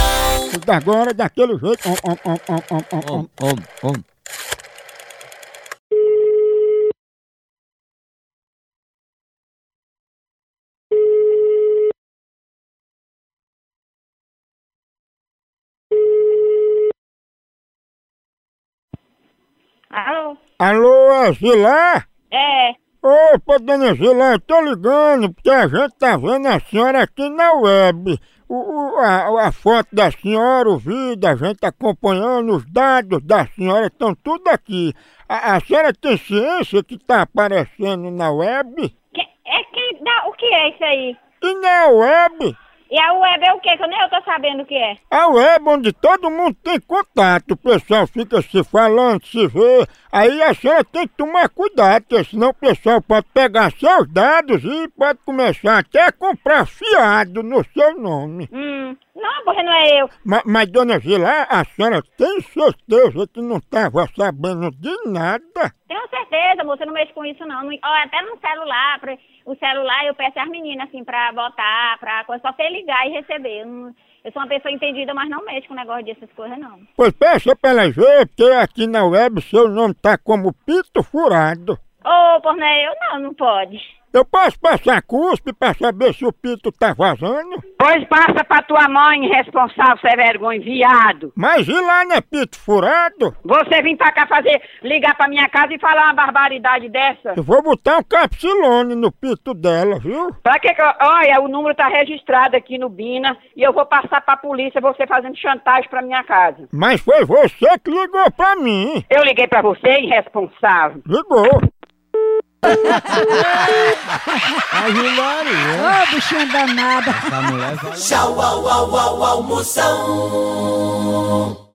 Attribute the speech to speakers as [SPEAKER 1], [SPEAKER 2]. [SPEAKER 1] música agora daquele jeito. Om, om, om, om, om, om, om.
[SPEAKER 2] Alô?
[SPEAKER 1] Alô, é Zilá?
[SPEAKER 2] É,
[SPEAKER 1] Opa, dona Zilá, eu tô ligando porque a gente tá vendo a senhora aqui na web. O- o- a, a foto da senhora, o vídeo, a gente tá acompanhando, os dados da senhora estão tudo aqui. A, a senhora tem ciência que tá aparecendo na web?
[SPEAKER 2] que- é quem dá, o que é isso aí?
[SPEAKER 1] E na web?
[SPEAKER 2] E a web é o quê? Que eu nem eu tô sabendo o que é.
[SPEAKER 1] A web onde todo mundo tem contato, o pessoal fica se falando, se vê. Aí a senhora tem que tomar cuidado, porque senão o pessoal pode pegar seus dados e pode começar até a comprar fiado no seu nome.
[SPEAKER 2] Hum, não, porque não é eu.
[SPEAKER 1] Ma- Mas, dona Gilá, a senhora tem certeza que não estava sabendo de nada?
[SPEAKER 2] Tenho certeza, moça, eu não mexo com isso não. Não- ó, até no celular, pra- o celular eu peço às meninas assim pra botar, pra coisa, só você ligar e receber. Eu, não- eu sou uma pessoa entendida, mas não mexo com negócio dessas coisas não.
[SPEAKER 1] Pois peça pra ela ver, porque aqui na web seu nome tá como pito furado.
[SPEAKER 2] Ô, por não é eu não, não pode.
[SPEAKER 1] Eu posso passar cuspe pra saber se o pito tá vazando?
[SPEAKER 3] Pois passa pra tua mãe, irresponsável, sem vergonha, viado.
[SPEAKER 1] Mas e lá não é pito furado?
[SPEAKER 3] Você vem pra cá fazer, ligar pra minha casa e falar uma barbaridade dessa?
[SPEAKER 1] Eu vou botar um capsilone no pito dela, viu?
[SPEAKER 3] Pra que que eu... Olha, o número tá registrado aqui no Bina e eu vou passar pra polícia você fazendo chantagem pra minha casa.
[SPEAKER 1] Mas foi você que ligou pra mim.
[SPEAKER 3] Eu liguei pra você, irresponsável.
[SPEAKER 1] Ligou.
[SPEAKER 4] Ô, bichinho danado.
[SPEAKER 5] Tchau, au, au, au, almoção.